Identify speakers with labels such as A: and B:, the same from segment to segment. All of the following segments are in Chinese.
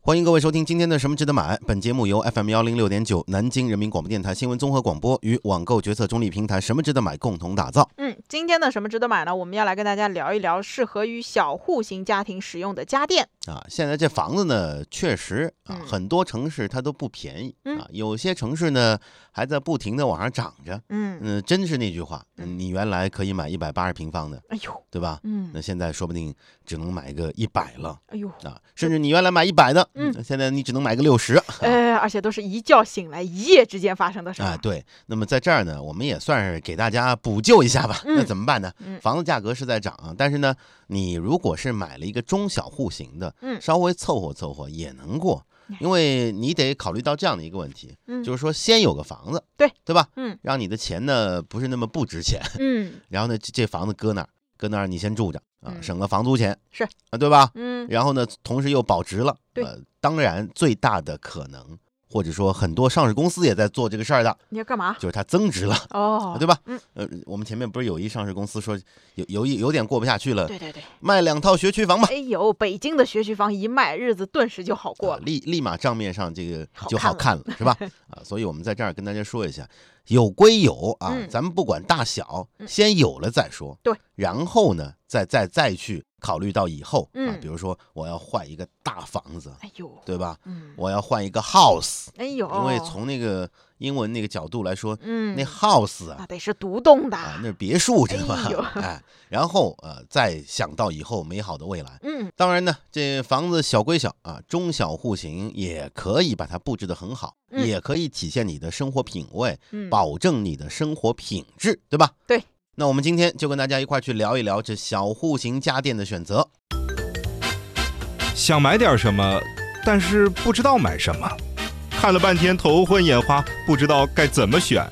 A: 欢迎各位收听今天的《什么值得买》。本节目由 FM 幺零六点九南京人民广播电台新闻综合广播与网购决策中立平台“什么值得买”共同打造。
B: 嗯，今天的什么值得买呢？我们要来跟大家聊一聊适合于小户型家庭使用的家电。
A: 啊，现在这房子呢，确实啊，
B: 嗯
A: 很多城市它都不便宜
B: 嗯
A: 啊，有些城市呢还在不停的往上涨着。
B: 嗯，
A: 嗯，真是那句话，
B: 嗯
A: 你原来可以买一百八十平方的，
B: 哎呦，
A: 对吧？
B: 嗯
A: 那，现在说不定只能买个一百了
B: 哎呦，
A: 啊，甚至你原来买一百的，
B: 嗯
A: 现在你只能买个六十。啊
B: 呃，而且都是一觉醒来，一夜之间发生的事
A: 嗯
B: 儿。
A: 啊，对，那么在这儿呢，我们也算是给大家补救一下吧。那
B: 嗯
A: 怎么办呢？
B: 嗯
A: 房子价格是在涨啊，但是呢，你如果是买了一个中小户型的，
B: 嗯
A: 稍微凑合凑合也能过，因为你得考虑到这样的一个问题，
B: 嗯，
A: 就是说先有个房子，
B: 对
A: 对吧？
B: 嗯，
A: 让你的钱呢不是那么不值钱，
B: 嗯
A: 然后呢这这房子搁那儿，搁那儿你先住着啊，
B: 嗯
A: 省了房租钱
B: 是
A: 啊，对吧？
B: 嗯
A: 然后呢，同时又保值了，
B: 对
A: 呃，当然最大的可能。或者说，很多上市公司也在做这个事儿的，
B: 你要干嘛？
A: 就是它增值了，
B: 哦，
A: 啊对吧？
B: 嗯，
A: 呃，我们前面不是有一上市公司说有有一有点过不下去了，
B: 对对对。
A: 卖两套学区房吧，
B: 哎呦，北京的学区房一卖，日子顿时就好过
A: 啊
B: 了。
A: 立立马账面上这个
B: 好
A: 就
B: 看
A: 好看了， 是吧？啊，所以我们在这儿跟大家说一下，有归有啊，
B: 嗯
A: 咱们不管大小，
B: 嗯
A: 先有了再说，
B: 对，
A: 然后呢，再再再去考虑到以后、啊
B: 嗯，
A: 比如说我要换一个大房子，
B: 哎呦，
A: 对吧？
B: 嗯，
A: 我要换一个 house，
B: 哎呦，
A: 因为从那个英文那个角度来说，
B: 嗯
A: 那 house 啊
B: 那得是独栋的。
A: 啊，那是别墅，知道
B: 哎呦
A: 吧？哎，然后呃，再想到以后美好的未来。
B: 嗯
A: 当然呢，这房子小归小啊，中小户型也可以把它布置得很好，
B: 嗯
A: 也可以体现你的生活品味，
B: 嗯，
A: 保证你的生活品质，对吧？
B: 对。
A: 那我们今天就跟大家一块儿去聊一聊这小户型家电的选择。
C: 想买点什么，但是不知道买什么，看了半天头昏眼花，不知道该怎么选，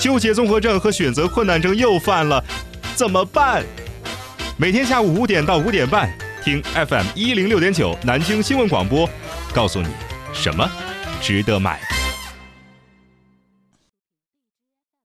C: 纠结综合症和选择困难症又犯了，怎么办？每天下午五点到五点半，听 FM 一零六点九南京新闻广播，告诉你什么值得买。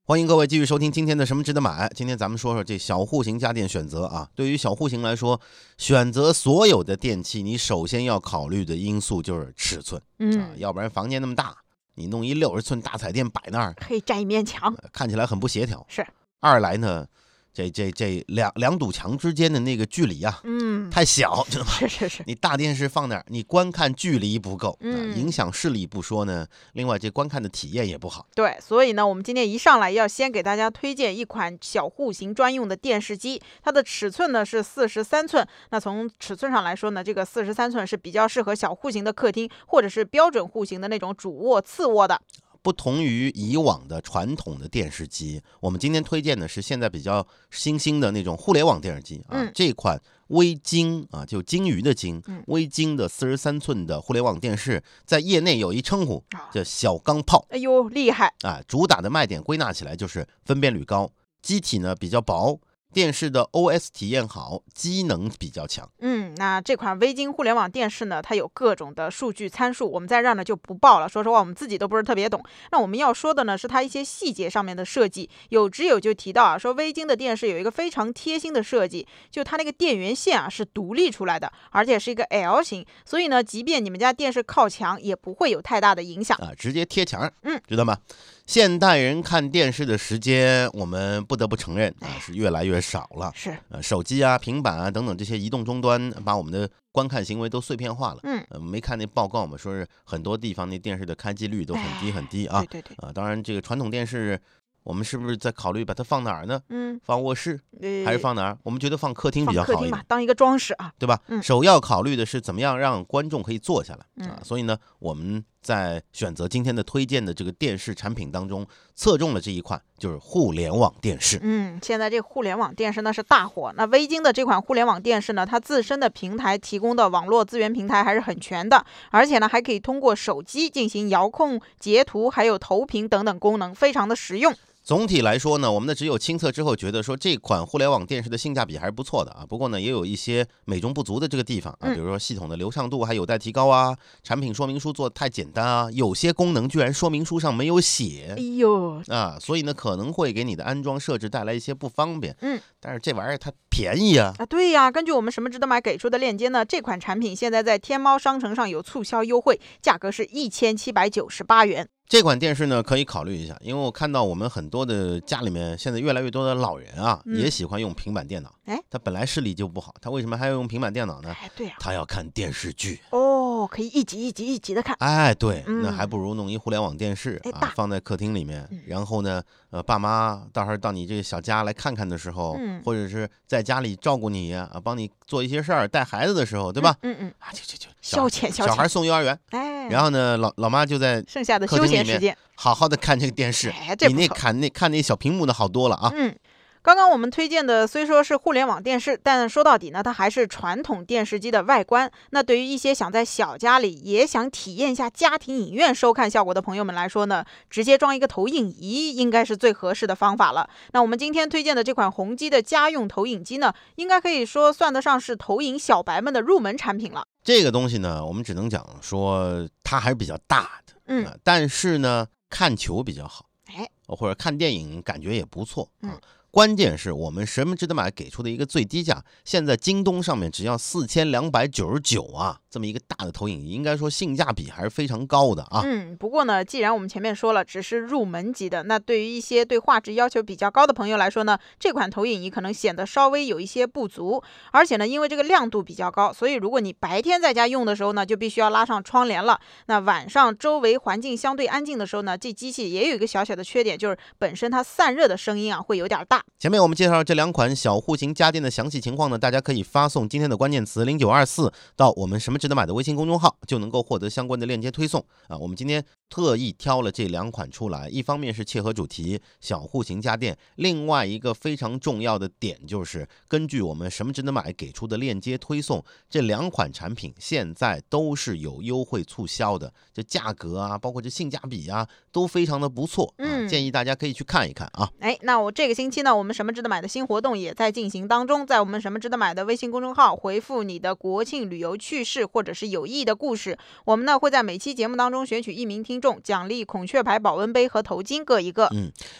A: 欢迎各位继续收听今天的《什么值得买》。今天咱们说说这小户型家电选择啊。对于小户型来说，选择所有的电器，你首先要考虑的因素就是尺寸。啊，
B: 嗯，
A: 要不然房间那么大，你弄一六十寸大彩电摆那儿，
B: 可以占一面墙。
A: 呃看起来很不协调。
B: 是。
A: 二来呢，这这这两两堵墙之间的那个距离啊，
B: 嗯，
A: 太小，知道吗？
B: 是是是，
A: 你大电视放那儿，你观看距离不够，啊
B: 嗯
A: 影响视力不说呢，另外这观看的体验也不好。
B: 对，所以呢，我们今天一上来要先给大家推荐一款小户型专用的电视机，它的尺寸呢是四十三寸。那从尺寸上来说呢，这个四十三寸是比较适合小户型的客厅，或者是标准户型的那种主卧、次卧的。
A: 不同于以往的传统的电视机，我们今天推荐的是现在比较新兴的那种互联网电视机啊。
B: 嗯
A: 这款微鲸啊，就鲸鱼的鲸
B: 嗯，
A: 微鲸的四十三寸的互联网电视，在业内有一称呼
B: 啊
A: 叫“小钢炮
B: 哎呦，厉害！”
A: 啊。主打的卖点归纳起来就是分辨率高，机体呢比较薄，电视的 OS 体验好，机能比较强。
B: 嗯，那这款微鲸互联网电视呢，它有各种的数据参数，我们在这儿呢就不报了。说实话，我们自己都不是特别懂。那我们要说的呢，是它一些细节上面的设计。有知友就提到啊，说微鲸的电视有一个非常贴心的设计，就它那个电源线啊是独立出来的，而且是一个 L 型，所以呢，即便你们家电视靠墙，也不会有太大的影响。
A: 啊，直接贴墙，
B: 嗯，
A: 知道吗？现代人看电视的时间，我们不得不承认
B: 哎
A: 啊，是越来越少了。
B: 是，
A: 呃，手机啊、平板啊等等这些移动终端，把我们的观看行为都碎片化了。
B: 嗯，
A: 呃，没看那报告嘛，说是很多地方那电视的开机率都很
B: 哎
A: 低很低啊
B: 对。对对，
A: 啊，当然这个传统电视，我们是不是在考虑把它放哪儿呢？
B: 嗯，
A: 放卧室
B: 呃
A: 还是放哪儿？我们觉得放客厅比
B: 放
A: 较
B: 客
A: 好一
B: 厅
A: 点
B: 吧，，当一个装饰啊。
A: 对吧？
B: 嗯
A: 首要考虑的是怎么样让观众可以坐下来啊。
B: 嗯
A: 所以呢，我们在选择今天的推荐的这个电视产品当中，侧重了这一款，就是互联网电视。
B: 嗯，现在这互联网电视呢是大火。那微鲸的这款互联网电视呢，它自身的平台提供的网络资源平台还是很全的，而且呢还可以通过手机进行遥控、截图，还有投屏等等功能，非常的实用。
A: 总体来说呢，我们的只有亲测之后觉得说这款互联网电视的性价比还是不错的啊。不过呢，也有一些美中不足的这个地方啊，
B: 嗯
A: 比如说系统的流畅度还有待提高啊，产品说明书做得太简单啊，有些功能居然说明书上没有写
B: 哎。呦，
A: 啊，所以呢，可能会给你的安装设置带来一些不方便。
B: 嗯，
A: 但是这玩意儿它便宜啊，
B: 啊，对呀，根据我们什么值得买给出的链接呢，这款产品现在在天猫商城上有促销优惠，价格是一千七百九十八元。
A: 这款电视呢，可以考虑一下，因为我看到我们很多的家里面现在越来越多的老人啊，
B: 嗯
A: 也喜欢用平板电脑。
B: 哎，
A: 他本来视力就不好，他为什么还要用平板电脑呢？
B: 哎，对呀、
A: 他要看电视剧。
B: 哦，可以一集一集一集的看。
A: 哎，对，
B: 嗯
A: 那还不如弄一互联网电视
B: 哎
A: 啊
B: 大，
A: 放在客厅里面
B: 嗯，
A: 然后呢，呃，爸妈到时候到你这个小家来看看的时候
B: 嗯，
A: 或者是在家里照顾你呀啊，帮你做一些事儿，带孩子的时候，对吧？
B: 嗯嗯，
A: 啊，就就就小
B: 消遣消
A: 小孩
B: 遣。
A: 送幼儿园，
B: 哎，
A: 然后呢，老老妈就在
B: 剩下的
A: 客
B: 休
A: 厅
B: 闲
A: 里
B: 时
A: 面
B: 间，
A: 好好的看这个电视。
B: 哎，这
A: 比
B: 不
A: 那
B: 错。
A: 看那看那小屏幕的好多了啊。
B: 嗯，刚刚我们推荐的虽说是互联网电视，但说到底呢，它还是传统电视机的外观。那对于一些想在小家里也想体验一下家庭影院收看效果的朋友们来说呢，直接装一个投影仪应该是最合适的方法了。那我们今天推荐的这款宏基的家用投影机呢，应该可以说算得上是投影小白们的入门产品了。
A: 这个东西呢，我们只能讲说它还是比较大的，
B: 嗯
A: 啊，但是呢，看球比较好，呃
B: 哎，
A: 或者看电影感觉也不错啊。
B: 嗯
A: 关键是我们什么值得买给出的一个最低价，现在京东上面只要四千两百九十九啊，这么一个大的投影仪，应该说性价比还是非常高的啊。
B: 嗯，不过呢，既然我们前面说了只是入门级的，那对于一些对画质要求比较高的朋友来说呢，这款投影仪可能显得稍微有一些不足。而且呢，因为这个亮度比较高，所以如果你白天在家用的时候呢，就必须要拉上窗帘了。那晚上周围环境相对安静的时候呢，这机器也有一个小小的缺点，就是本身它散热的声音啊会有点大。
A: 前面我们介绍这两款小户型家电的详细情况呢，大家可以发送今天的关键词零九二四到我们什么值得买的微信公众号，就能够获得相关的链接推送啊。我们今天特意挑了这两款出来，一方面是切合主题小户型家电，另外一个非常重要的点就是根据我们什么值得买给出的链接推送，这两款产品现在都是有优惠促销的，这价格啊，包括这性价比啊，都非常的不错啊，
B: 嗯
A: 建议大家可以去看一看啊。
B: 哎，那我这个星期呢，我们什么值得买的新活动也在进行当中，在我们什么值得买的微信公众号回复你的国庆旅游趣事或者是有意义的故事，我们呢会在每期节目当中选取一名听众，奖励孔雀牌保温杯和头巾各一个。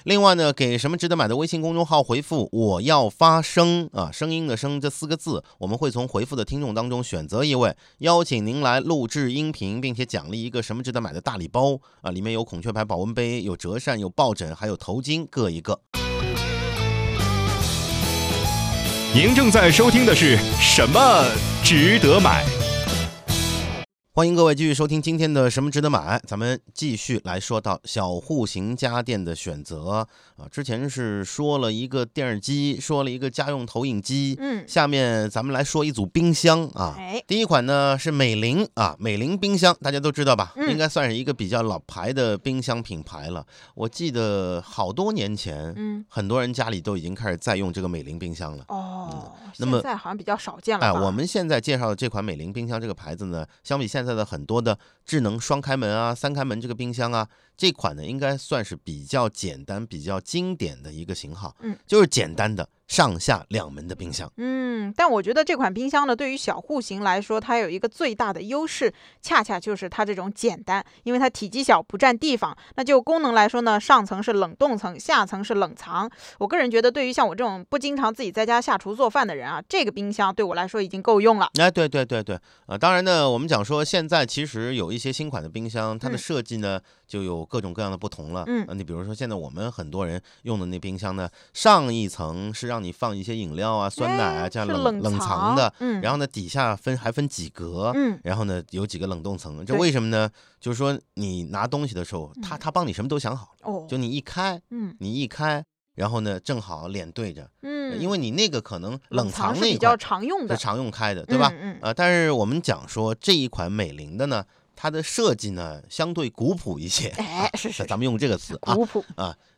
A: 另外呢，给什么值得买的微信公众号回复“我要发声”啊，声音的声这四个字，我们会从回复的听众当中选择一位，邀请您来录制音频，并且奖励一个什么值得买的大礼包啊，里面有孔雀牌保温杯、有折扇、有抱枕，还有头巾各一个。
C: 您正在收听的是什么值得买？
A: 欢迎各位继续收听今天的《什么值得买》，咱们继续来说到小户型家电的选择啊。之前是说了一个电视机，说了一个家用投影机，
B: 嗯，
A: 下面咱们来说一组冰箱啊。
B: 哎，
A: 第一款呢是美菱啊，美菱冰箱大家都知道吧，
B: 嗯
A: 应该算是一个比较老牌的冰箱品牌了。我记得好多年前，
B: 嗯，
A: 很多人家里都已经开始在用这个美菱冰箱了。
B: 哦，
A: 嗯那么
B: 现在好像比较少见了
A: 哎，
B: 吧
A: 我们现在介绍的这款美菱冰箱这个牌子呢，相比现在的很多的智能双开门啊、三开门这个冰箱啊，这款呢应该算是比较简单、比较经典的一个型号，
B: 嗯，
A: 就是简单的上下两门的冰箱。
B: 嗯，但我觉得这款冰箱呢，对于小户型来说，它有一个最大的优势，恰恰就是它这种简单，因为它体积小，不占地方。那就功能来说呢，上层是冷冻层，下层是冷藏。我个人觉得，对于像我这种不经常自己在家下厨做饭的人啊，这个冰箱对我来说已经够用了。
A: 哎，对对对对，呃，当然呢，我们讲说现在其实有一些新款的冰箱，它的
B: 嗯
A: 设计呢、就有各种各样的不同了。
B: 嗯
A: 呃你比如说现在我们很多人用的那冰箱呢，上一层是让你放一些饮料啊、酸奶啊
B: 哎
A: 这样
B: 是
A: 冷冷藏
B: 藏
A: 的，，
B: 嗯，
A: 然后呢底下分还分几格。
B: 嗯，
A: 然后呢，有几个冷冻层，这
B: 对嗯
A: 为什么呢？就是说你拿东西的时候，它它帮你什么都想好了，
B: 哦，
A: 就你一开，
B: 嗯
A: 你一开，然后呢正好脸对着，呃
B: 嗯，
A: 因为你那个可能冷
B: 藏
A: 藏
B: 是
A: 那一
B: 比较
A: 块
B: 常用的
A: 是，常用开的，对吧？
B: 嗯嗯，
A: 呃，但是我们讲说这一款美菱的呢，它的设计呢相对古朴一些，
B: 哎，是是，
A: 呃啊咱们用这个词啊。
B: 古朴，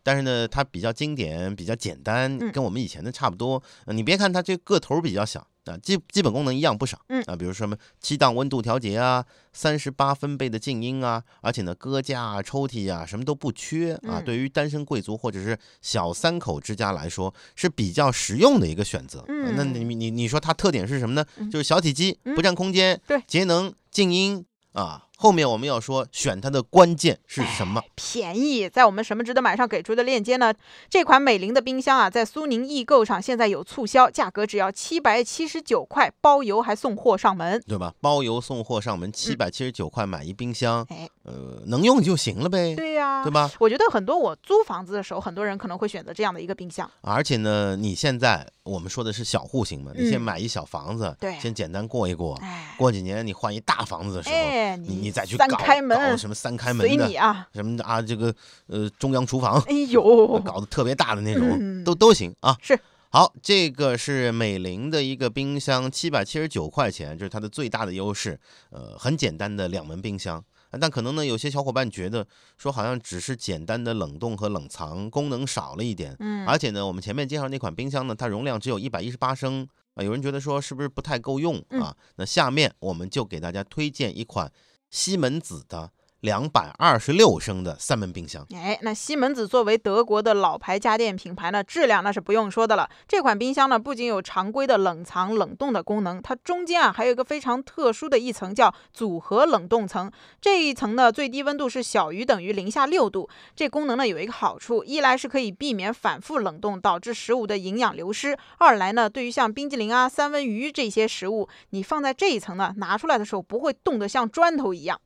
A: 但是呢，它比较经典，比较简单
B: 嗯，
A: 跟我们以前的差不多。呃你别看它这个头儿比较小，啊，基基本功能一样不少，
B: 嗯
A: 啊，比如说什么七档温度调节啊，三十八分贝的静音啊，而且呢，搁架啊、抽屉啊，什么都不缺啊。
B: 嗯
A: 对于单身贵族或者是小三口之家来说，是比较实用的一个选择。啊那
B: 嗯
A: 你你你说它特点是什么呢？
B: 嗯
A: 就是小体积，
B: 嗯
A: 不占空间，
B: 对
A: 节能、静音啊。后面我们要说选它的关键是什么？
B: 便宜，在我们什么值得买上给出的链接呢？这款美菱的冰箱啊，在苏宁易购上现在有促销，价格只要七百七十九块，包邮还送货上门。
A: 对吧？包邮送货上
B: 嗯
A: 门，七百七十九块买一冰箱，
B: 哎
A: 呃，能用就行了呗，
B: 对啊呀、
A: 对吧？
B: 我觉得很多我租房子的时候，很多人可能会选择这样的一个冰箱。
A: 而且呢，你现在我们说的是小户型嘛，你先
B: 嗯
A: 买一小房子，
B: 对啊
A: 先简单过一过，
B: 哎，
A: 过几年你换一大房哦子的时候，
B: 哎，
A: 你你再去搞
B: 三开门，
A: 搞什么三开
B: 随
A: 门的
B: 你，啊。
A: 什么的啊，这个呃中央厨房，
B: 哎呦，
A: 搞得特别大的那种，
B: 嗯
A: 都都行啊。
B: 是。
A: 好，这个是美菱的一个冰箱，七百七十九块钱，这是它的最大的优势。呃，很简单的两门冰箱，啊但可能呢，有些小伙伴觉得说好像只是简单的冷冻和冷藏，功能少了一点。
B: 嗯，
A: 而且呢，我们前面介绍那款冰箱呢，它容量只有一百一十八升啊，有人觉得说是不是不太够用
B: 嗯
A: 啊？那下面我们就给大家推荐一款西门子的两百二十六升的三门冰箱。
B: 哎，那西门子作为德国的老牌家电品牌呢，质量那是不用说的了。这款冰箱呢，不仅有常规的冷藏、冷冻的功能，它中间啊还有一个非常特殊的一层叫组合冷冻层。这一层呢，最低温度是小于等于零下六度。这功能呢有一个好处，一来是可以避免反复冷冻导致食物的营养流失；二来呢，对于像冰激凌啊、三文鱼这些食物，你放在这一层呢，拿出来的时候不会冻得像砖头一样。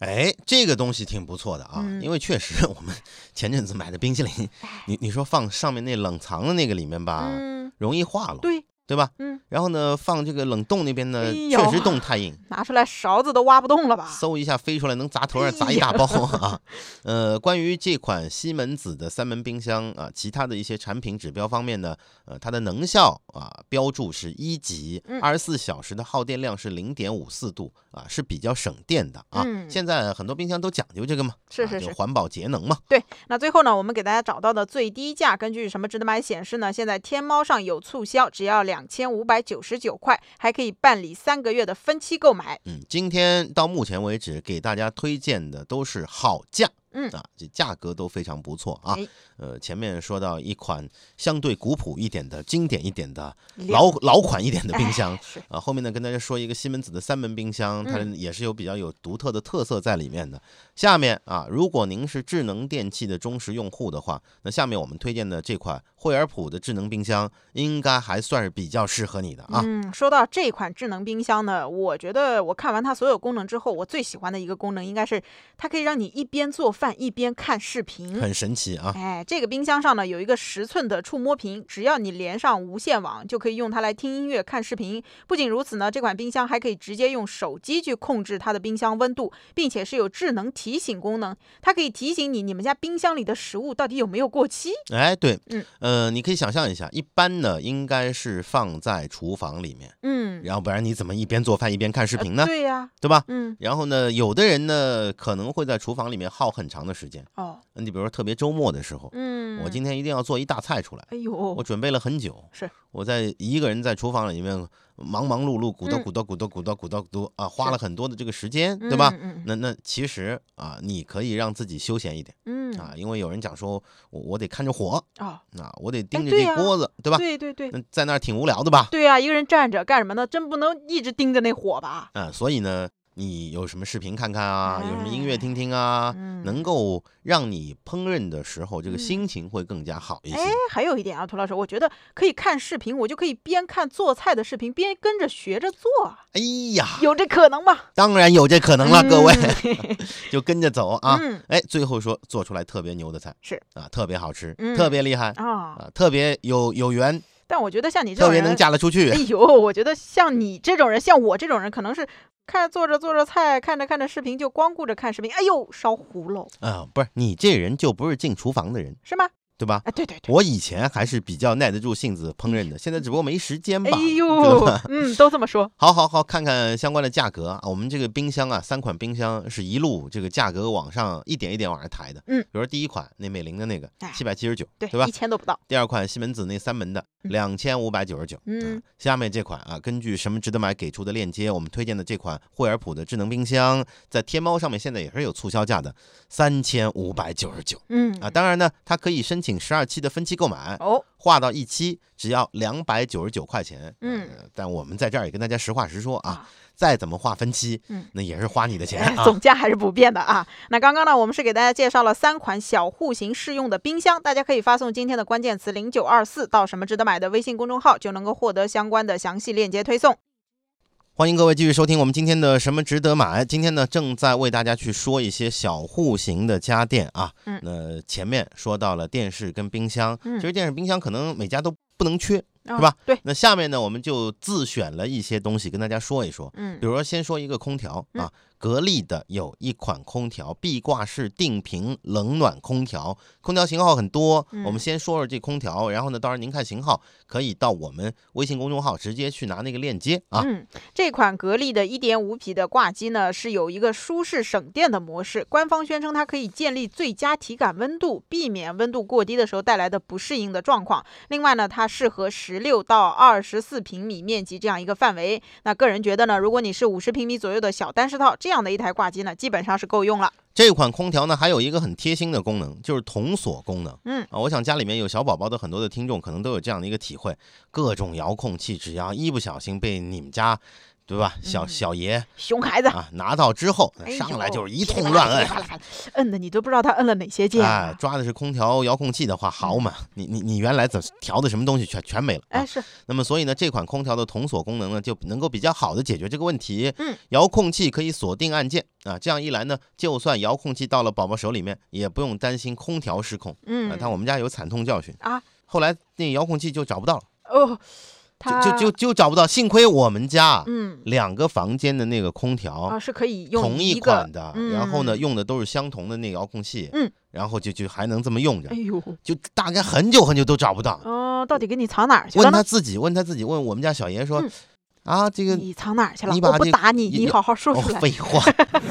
A: 哎，这个东西挺不错的啊，
B: 嗯哎
A: 因为确实我们 前阵子买的冰淇淋，你你说放上面那冷藏的那个里面吧，
B: 嗯，
A: 容易化了，
B: 对，
A: 对吧？
B: 嗯，
A: 然后呢，放这个冷冻那边呢，
B: 哎呦
A: 确实冻太硬，
B: 拿出来勺子都挖不动了吧？
A: 嗖一下飞出来，能砸头上
B: 哎
A: 砸一大包 啊！呃，关于这款西门子的三门冰箱啊，其他的一些产品指标方面呢，呃，它的能效啊标注是一级
B: 嗯，
A: 二十四小时的耗电量是零点五四度啊，是比较省电的啊。
B: 嗯
A: 现在很多冰箱都讲究这个嘛，
B: 是
A: 啊
B: 是
A: 就是环保节能嘛。
B: 对，那最后呢，我们给大家找到的最低价，根据什么值得买显示呢？现在天猫上有促销，只要两千五百九十九块，还可以办理三个月的分期购买。
A: 嗯，今天到目前为止给大家推荐的都是好价，
B: 嗯
A: 啊，这价格都非常不错啊
B: 哎。
A: 呃，前面说到一款相对古朴一点的、经典一点的、老老款一点的冰箱
B: 哎。是
A: 啊，后面呢跟大家说一个西门子的三门冰箱，它
B: 嗯
A: 也是有比较有独特的特色在里面的。下面啊，如果您是智能电器的忠实用户的话，那下面我们推荐的这款惠而浦的智能冰箱，应该还算是比较适合你的啊。
B: 嗯，说到这款智能冰箱呢，我觉得我看完它所有功能之后，我最喜欢的一个功能应该是它可以让你一边做饭一边看视频。
A: 很神奇啊！
B: 哎，这个冰箱上呢有一个十寸的触摸屏，只要你连上无线网，就可以用它来听音乐、看视频。不仅如此呢，这款冰箱还可以直接用手机去控制它的冰箱温度，并且是有智能提醒功能，它可以提醒你你们家冰箱里的食物到底有没有过期。
A: 哎，对，
B: 嗯，
A: 呃，你可以想象一下，一般呢应该是放在厨房里面，
B: 嗯，呃
A: 要不然你怎么一边做饭一边看视频呢？
B: 对呀、
A: 对吧？
B: 嗯，
A: 然后呢，有的人呢可能会在厨房里面耗很长的时间，
B: 哦，
A: 你比如说特别周末的时候，
B: 嗯，
A: 我今天一定要做一大菜出来，
B: 哎呦，
A: 我准备了很久，
B: 是
A: 我在一个人在厨房里面忙忙碌碌，鼓
B: 嗯
A: 捣鼓捣鼓捣鼓捣鼓捣鼓捣啊，花了很多的这个时间，对吧？
B: 嗯嗯
A: 那那其实啊，你可以让自己休闲一点
B: 嗯，
A: 啊，因为有人讲说，我我得看着火，
B: 哦，
A: 啊，我得盯着
B: 对
A: 这
B: 呀
A: 锅子，对吧？
B: 对对对。
A: 那在那儿挺无聊的吧？
B: 对呀、一个人站着干什么呢？真不能一直盯着那火吧？
A: 啊，所以呢，你有什么视频看看啊，有什么音乐听听啊，
B: 嗯
A: 能够让你烹饪的时候这个
B: 嗯
A: 心情会更加好一些。
B: 哎，还有一点啊，涂老师，我觉得可以看视频，我就可以边看做菜的视频，边跟着学着做啊，
A: 哎呀，
B: 有这可能吗？
A: 当然有这可能了，各 位
B: 嗯
A: 就跟着走啊。
B: 嗯
A: 哎，最后说做出来特别牛的菜
B: 是
A: 啊，特别好吃，
B: 嗯
A: 特别厉害。
B: 啊，
A: 啊，特别有有缘，
B: 但我觉得像你这
A: 特
B: 种
A: 别
B: 人，
A: 能嫁得出去
B: 哎。呦，我觉得像你这种人，像我这种人，可能是看做着做着菜，看着看着视频，就光顾着看视频，哎呦，烧糊了，
A: 啊，不是你这人就不是进厨房的人，
B: 是吗？
A: 对吧？
B: 哎，对对对，
A: 我以前还是比较耐得住性子烹饪的，现在只不过没时间吧。
B: 哎
A: 知道
B: 呦
A: 吧，
B: 嗯，都这么说，
A: 好好好，看看相关的价格啊。我们这个冰箱啊，三款冰箱是一路这个价格往上一点一点往上抬的。
B: 嗯
A: 比如说第一款那美菱的那个
B: 哎
A: 七百七十九，
B: 对
A: 对吧
B: 一？千都不到，
A: 第二款西门子那三门的
B: 嗯
A: 两千五百九十九。
B: 嗯
A: 啊，下面这款啊，根据什么值得买给出的链接，我们推荐的这款惠而浦的智能冰箱，在天猫上面现在也是有促销价的，三千五百九十九
B: 嗯
A: 啊。当然呢，它可以申请十二期的分期购买，
B: 哦，
A: 划到一期只要两百九十九块钱。
B: 嗯
A: 呃，但我们在这儿也跟大家实话实说啊
B: 啊，
A: 再怎么划分期
B: 嗯，
A: 那也是花你的 钱
B: 哎
A: 啊。
B: 总价还是不变的啊。那刚刚呢，我们是给大家介绍了三款小户型适用的冰箱，大家可以发送今天的关键词零九二四到什么值得买的微信公众号，就能够获得相关的详细链接推送。
A: 欢迎各位继续收听我们今天的什么值得买。今天呢，正在为大家去说一些小户型的家电啊。
B: 嗯
A: 那前面说到了电视跟冰箱，
B: 嗯
A: 其实电视、冰箱可能每家都不能缺。
B: 是
A: 是吧？
B: 嗯对，
A: 那下面呢，我们就自选了一些东西跟大家说一说。
B: 嗯
A: 比如说，先说一个空调
B: 嗯
A: 啊，格力的有一款空调，壁挂式定频冷暖空调，空调型号很多。我
B: 嗯
A: 们先说说这空调，然后呢，当然您看型号，可以到我们微信公众号直接去拿那个链接啊。
B: 嗯，这款格力的1.5匹的挂机呢，是有一个舒适省电的模式。官方宣称它可以建立最佳体感温度，避免温度过低的时候带来的不适应的状况。另外呢，它适合16到24平米面积这样一个范围。那个人觉得呢，如果你是50平米左右的小单室套，这样的一台挂机呢，基本上是够用了。
A: 这款空调呢，还有一个很贴心的功能，就是童锁功能。
B: 嗯
A: 啊，我想家里面有小宝宝的很多的听众，可能都有这样的一个体会：各种遥控器，只要一不小心被你们家，对吧，小
B: 嗯
A: 小爷
B: 熊孩子，
A: 啊拿到之后，
B: 哎
A: 上来
B: 呦
A: 就是一
B: 噼里
A: 通
B: 啪
A: 乱
B: 啦
A: 摁
B: 噼。里啪啦摁的你都不知道他摁了哪嗯些键、
A: 哎
B: 啊，。
A: 抓的是空调遥控器的话，好嘛，你你你原来怎么调的什么东西全全没了、啊？
B: 哎，是，
A: 那么所以呢，这款空调的同锁功能呢，就能够比较好的解决这个问题。
B: 嗯，
A: 遥控器可以锁定按键啊，这样一来呢，就算遥控器到了宝宝手里面，也不用担心空调失控。啊，
B: 嗯，
A: 但我们家有惨痛教训
B: 啊，
A: 后来那遥控器就找不到了，
B: 哦，他
A: 就就就就找不到，幸亏我们家啊
B: 嗯。
A: 两个房间的那个空调
B: 啊，是可以用
A: 哦同一
B: 个
A: 款的，然后呢
B: 嗯
A: 用的都是相同的那个遥控器，
B: 嗯，
A: 然后就就还能这么用着
B: 哎，呦，
A: 就大概很久很久都找不到。
B: 哦，到底给你藏哪儿去了
A: 问
B: 呢
A: 他？自己，问他自己，问我们家小爷说
B: 嗯，
A: 啊，这个
B: 你藏哪儿去了？
A: 你把
B: 我不
A: 这
B: 打你，
A: 你
B: 你好好说
A: 哦
B: 出来。
A: 废话，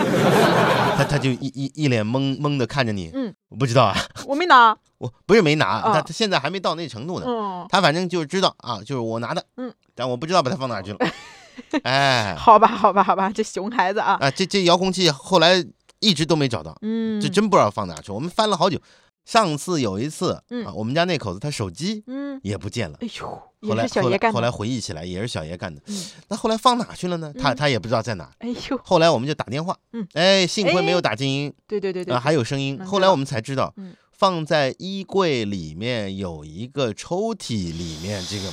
A: 他他就一一一脸懵懵的看着你，
B: 嗯，
A: 我不知道啊，
B: 我没 拿。
A: 我不是没拿，
B: 啊
A: 他他现在还没到那程度呢，
B: 嗯，
A: 他反正就是知道啊，就是我拿的，
B: 嗯，
A: 但我不知道把它放哪儿去 了。哎，
B: 好吧，好吧，好吧，这熊孩子啊，
A: 啊，这这遥控器后来一直都没找到，
B: 嗯，
A: 这，真不知道放哪儿去。我们翻了好久，上次有一次
B: 嗯
A: 啊，我们家那口子他手机
B: 嗯，
A: 也不见了。
B: 哎呦，
A: 后
B: 也
A: 来
B: 是小
A: 后
B: 爷
A: 来
B: 干
A: 后
B: 的
A: 来。回忆起来也是小爷干的
B: 嗯。
A: 那后来放哪儿去了呢？他
B: 嗯
A: 他也不知道在哪儿。
B: 哎呦，
A: 后来我们就打电话
B: 嗯，
A: 哎，幸亏没有
B: 哎
A: 打静音
B: 对对对对
A: 啊，，还有声音。
B: 能
A: 后
B: 知
A: 来
B: 道
A: 我们才知道
B: 嗯，
A: 放在衣柜里面有一个抽屉里面，这个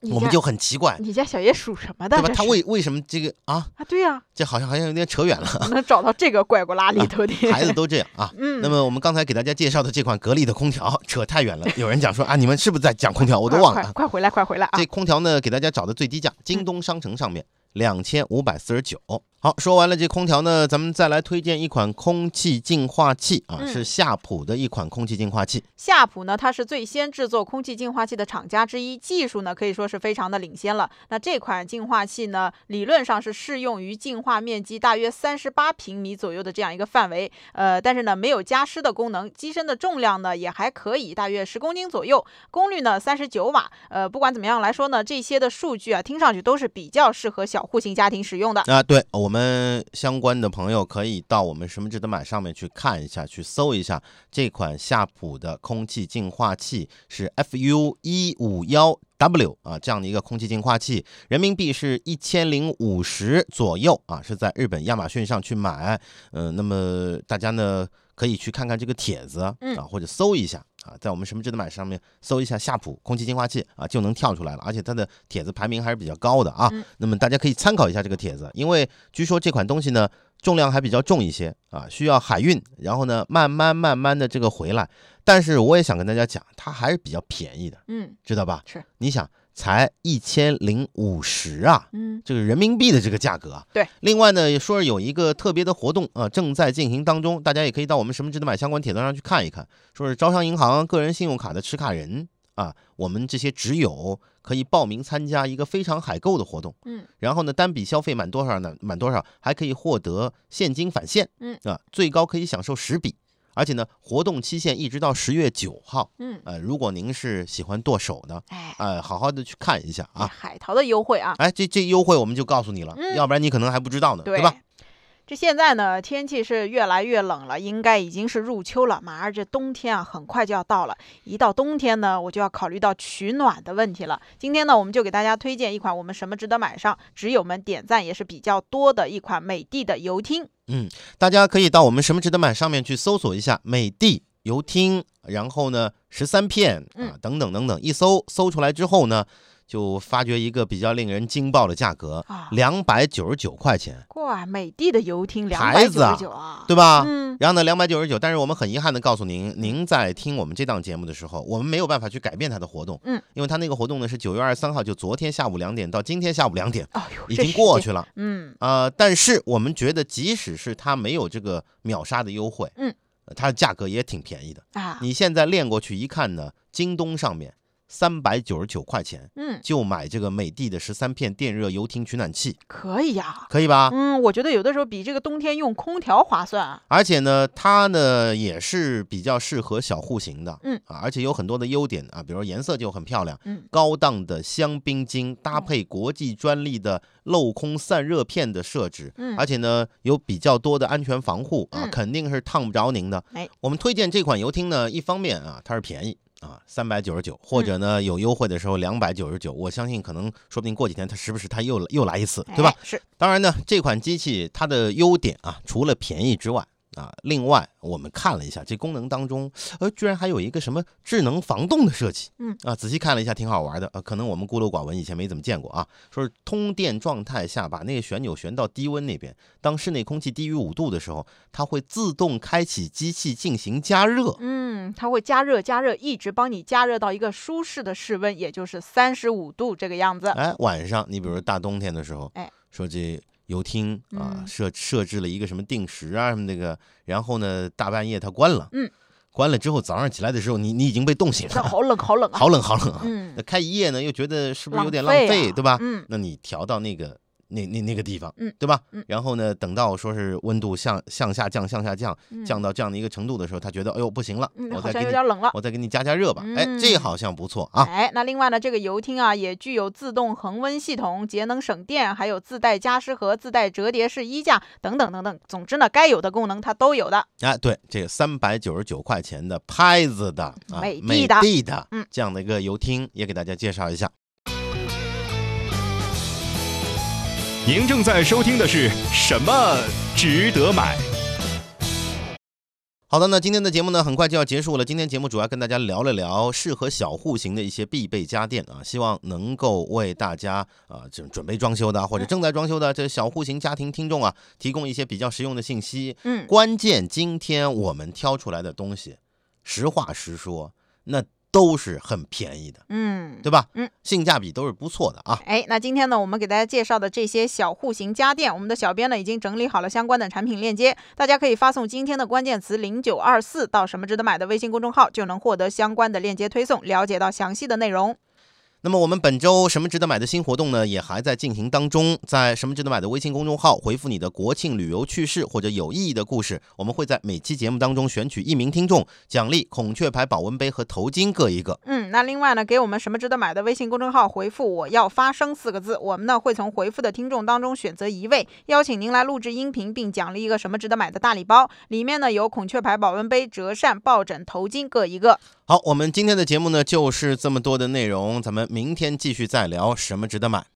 B: 你
A: 我们
B: 家
A: 就很奇怪，
B: 你家小爷属什么的？
A: 对吧？
B: 这
A: 他
B: 是
A: 为为什么这个啊？
B: 啊，对 呀，
A: 这好像好像有点扯远了，
B: 能找到这个怪不拉里头的
A: 啊孩子都这样啊。
B: 嗯，
A: 那么我们刚才给大家介绍的这款格力的空调，扯太远了。有人讲说啊，你们是不是在讲空调？我都
B: 快
A: 忘了
B: 快
A: 啊。
B: 快回来，快回来啊嗯
A: 这！空调呢，给大家找的最低价，京东商城上面两千五百四十九。好，说完了这空调呢，咱们再来推荐一款空气净化器啊，
B: 嗯
A: 是夏普的一款空气净化器。
B: 夏普呢，它是最先制作空气净化器的厂家之一，技术呢可以说是非常的领先了。那这款净化器呢，理论上是适用于净化面积大约三十八平米左右的这样一个范围，呃，但是呢没有加湿的功能，机身的重量呢也还可以，大约十公斤左右，功率呢三十九瓦。呃，不管怎么样来说呢，这些的数据啊，听上去都是比较适合小户型家庭使用的。
A: 啊，对我们相关的朋友可以到我们什么值得买上面去看一下，去搜一下这款夏普的空气净化器是 FU 一五幺 W 啊这样的一个空气净化器，人民币是一千零五十左右啊，是在日本亚马逊上去买。呃，那么大家呢可以去看看这个帖子啊，
B: 嗯
A: 或者搜一下。啊，在我们什么值得买上面搜一下夏普空气净化器啊，就能跳出来了，而且它的帖子排名还是比较高的啊。
B: 嗯
A: 那么大家可以参考一下这个帖子，因为据说这款东西呢重量还比较重一些啊，需要海运，然后呢慢慢慢慢的这个回来。但是我也想跟大家讲，它还是比较便宜的，
B: 嗯，
A: 知道吧？
B: 是，
A: 你想才一千零五十啊，
B: 嗯，
A: 这个人民币的这个价格啊。
B: 对。
A: 另外呢，也说是有一个特别的活动啊、正在进行当中，大家也可以到我们什么值得买相关帖子上去看一看，说是招商银行个人信用卡的持卡人啊，我们这些只有可以报名参加一个非常海购的活动。
B: 嗯。
A: 然后呢，单笔消费满多少呢？满多少还可以获得现金返现。
B: 嗯。
A: 啊，最高可以享受十笔。而且呢，活动期限一直到十月九号。
B: 嗯，
A: 呃，如果您是喜欢剁手呢，
B: 哎，
A: 呃，好好的去看一下
B: 哎
A: 啊。
B: 海淘的优惠啊，
A: 哎，这这优惠我们就告诉你了，
B: 嗯
A: 要不然你可能还不知道呢，对吧？？
B: 这现在呢，天气是越来越冷了，应该已经是入秋了。马上这冬天啊，很快就要到了。一到冬天呢，我就要考虑到取暖的问题了。今天呢，我们就给大家推荐一款我们什么值得买上，只友们点赞也是比较多的一款美的的油汀。
A: 大家可以到我们什么值得买上面去搜索一下美的游听，然后呢十三片啊
B: 嗯
A: 等等等等，一搜搜出来之后呢，就发掘一个比较令人惊爆的价格
B: 啊，
A: 两百九十九块钱，
B: 哇，美的的油汀两百
A: 牌
B: 九
A: 子啊
B: 十九啊，
A: 对吧？
B: 嗯，
A: 然后呢，两百九十九，但是我们很遗憾的告诉您，您在听我们这档节目的时候，我们没有办法去改变它的活动，
B: 嗯，
A: 因为它那个活动呢是九月二十三号，就昨天下午两点到今天下午两点，
B: 哎呦，
A: 已
B: 这
A: 经
B: 时
A: 过
B: 间，
A: 去了。
B: 嗯，
A: 呃，但是我们觉得，即使是它没有这个秒杀的优惠，
B: 嗯
A: 呃，它的价格也挺便宜的。
B: 啊，
A: 你现在练过去一看呢，京东上面三百九十九块钱
B: 嗯，
A: 就买这个美的的十三片电热油汀取暖器，
B: 可以呀、
A: 可以吧？
B: 嗯，我觉得有的时候比这个冬天用空调划算啊。
A: 而且呢，它呢也是比较适合小户型的，
B: 嗯
A: 啊，而且有很多的优点啊，比如颜色就很漂亮，
B: 嗯，
A: 高档的香槟金搭配国际专利的镂空散热片的设置，
B: 嗯
A: 而且呢有比较多的安全防护啊，
B: 嗯
A: 肯定是烫不着您的。
B: 哎，
A: 我们推荐这款油汀呢，一方面啊它是便宜。啊，三百九十九，或者
B: 嗯
A: 呢有优惠的时候两百九十九，我相信可能说不定过几天它时不时它又又来一次，对吧？
B: 哎？是，
A: 当然呢，这款机器它的优点啊，除了便宜之外啊，另外我们看了一下这功能当中，呃，居然还有一个什么智能防冻的设计。
B: 嗯
A: 啊，仔细看了一下，挺好玩的。呃，可能我们孤陋寡闻，以前没怎么见过啊。说是通电状态下，把那个旋钮旋到低温那边，当室内空气低于五度的时候，它会自动开启机器进行加热。
B: 嗯，它会加热加热，一直帮你加热到一个舒适的室温，也就是三十五度这个样子。
A: 哎，晚上你比如大冬天的时候，
B: 哎，
A: 说这游厅啊
B: 嗯
A: 设设置了一个什么定时啊什么那个，然后呢大半夜它关了，
B: 嗯，
A: 关了之后早上起来的时候，你你已经被冻 醒
B: 那
A: 了，
B: 好冷，好冷啊！
A: 好冷好冷啊！
B: 嗯
A: 那，开一夜呢又觉得 是不是有点浪
B: 浪
A: 费，
B: 啊
A: 对吧？
B: 嗯，
A: 那你调到那个那那那个地方，
B: 嗯，
A: 对吧？
B: 嗯
A: 然后呢，等到说是温度向向下降向下降
B: 嗯
A: 降到这样的一个程度的时候，他觉得哎呦不行了，
B: 嗯，
A: 我
B: 好
A: 再
B: 像
A: 给
B: 有
A: 你
B: 点冷了。
A: 我再给你加加热吧，哎，这
B: 嗯
A: 好像不错啊。
B: 哎，那另外呢，这个油汀啊也具有自动恒温系统、节能省电，还有自带加湿盒、自带折叠式衣架等等等等。总之呢，该有的功能它都有的。
A: 哎，对，这三百九十九块钱的拍子的、啊、
B: 美的
A: 美
B: 的
A: 的的
B: 嗯
A: 这样的一个游厅，也给大家介绍一下。
C: 您正在收听的是什么值得买？
A: 好的，那今天的节目呢，很快就要结束了。今天节目主要跟大家聊了聊适合小户型的一些必备家电啊，希望能够为大家啊，这、准备装修的啊
B: 嗯
A: 或者正在装修的这小户型家庭听众啊，提供一些比较实用的信息。
B: 嗯，
A: 关键今天我们挑出来的东西，实话实说，那都是很便宜的，
B: 嗯，
A: 对吧？
B: 嗯，
A: 性价比都是不错的啊。
B: 哎，那今天呢，我们给大家介绍的这些小户型家电，我们的小编呢已经整理好了相关的产品链接，大家可以发送今天的关键词零九二四到什么值得买的微信公众号，就能获得相关的链接推送，了解到详细的内容。
A: 那么我们本周什么值得买的新活动呢，也还在进行当中。在什么值得买的微信公众号回复你的国庆旅游趣事或者有意义的故事，我们会在每期节目当中选取一名听众，奖励孔雀牌保温杯和头巾各一个。
B: 嗯，那另外呢，给我们什么值得买的微信公众号回复“我要发声”四个字，我们呢会从回复的听众当中选择一位，邀请您来录制音频，并奖励一个什么值得买的大礼包，里面呢有孔雀牌保温杯、折扇、抱枕、头巾各一个。
A: 好，我们今天的节目呢就是这么多的内容，咱们明天继续再聊什么值得买。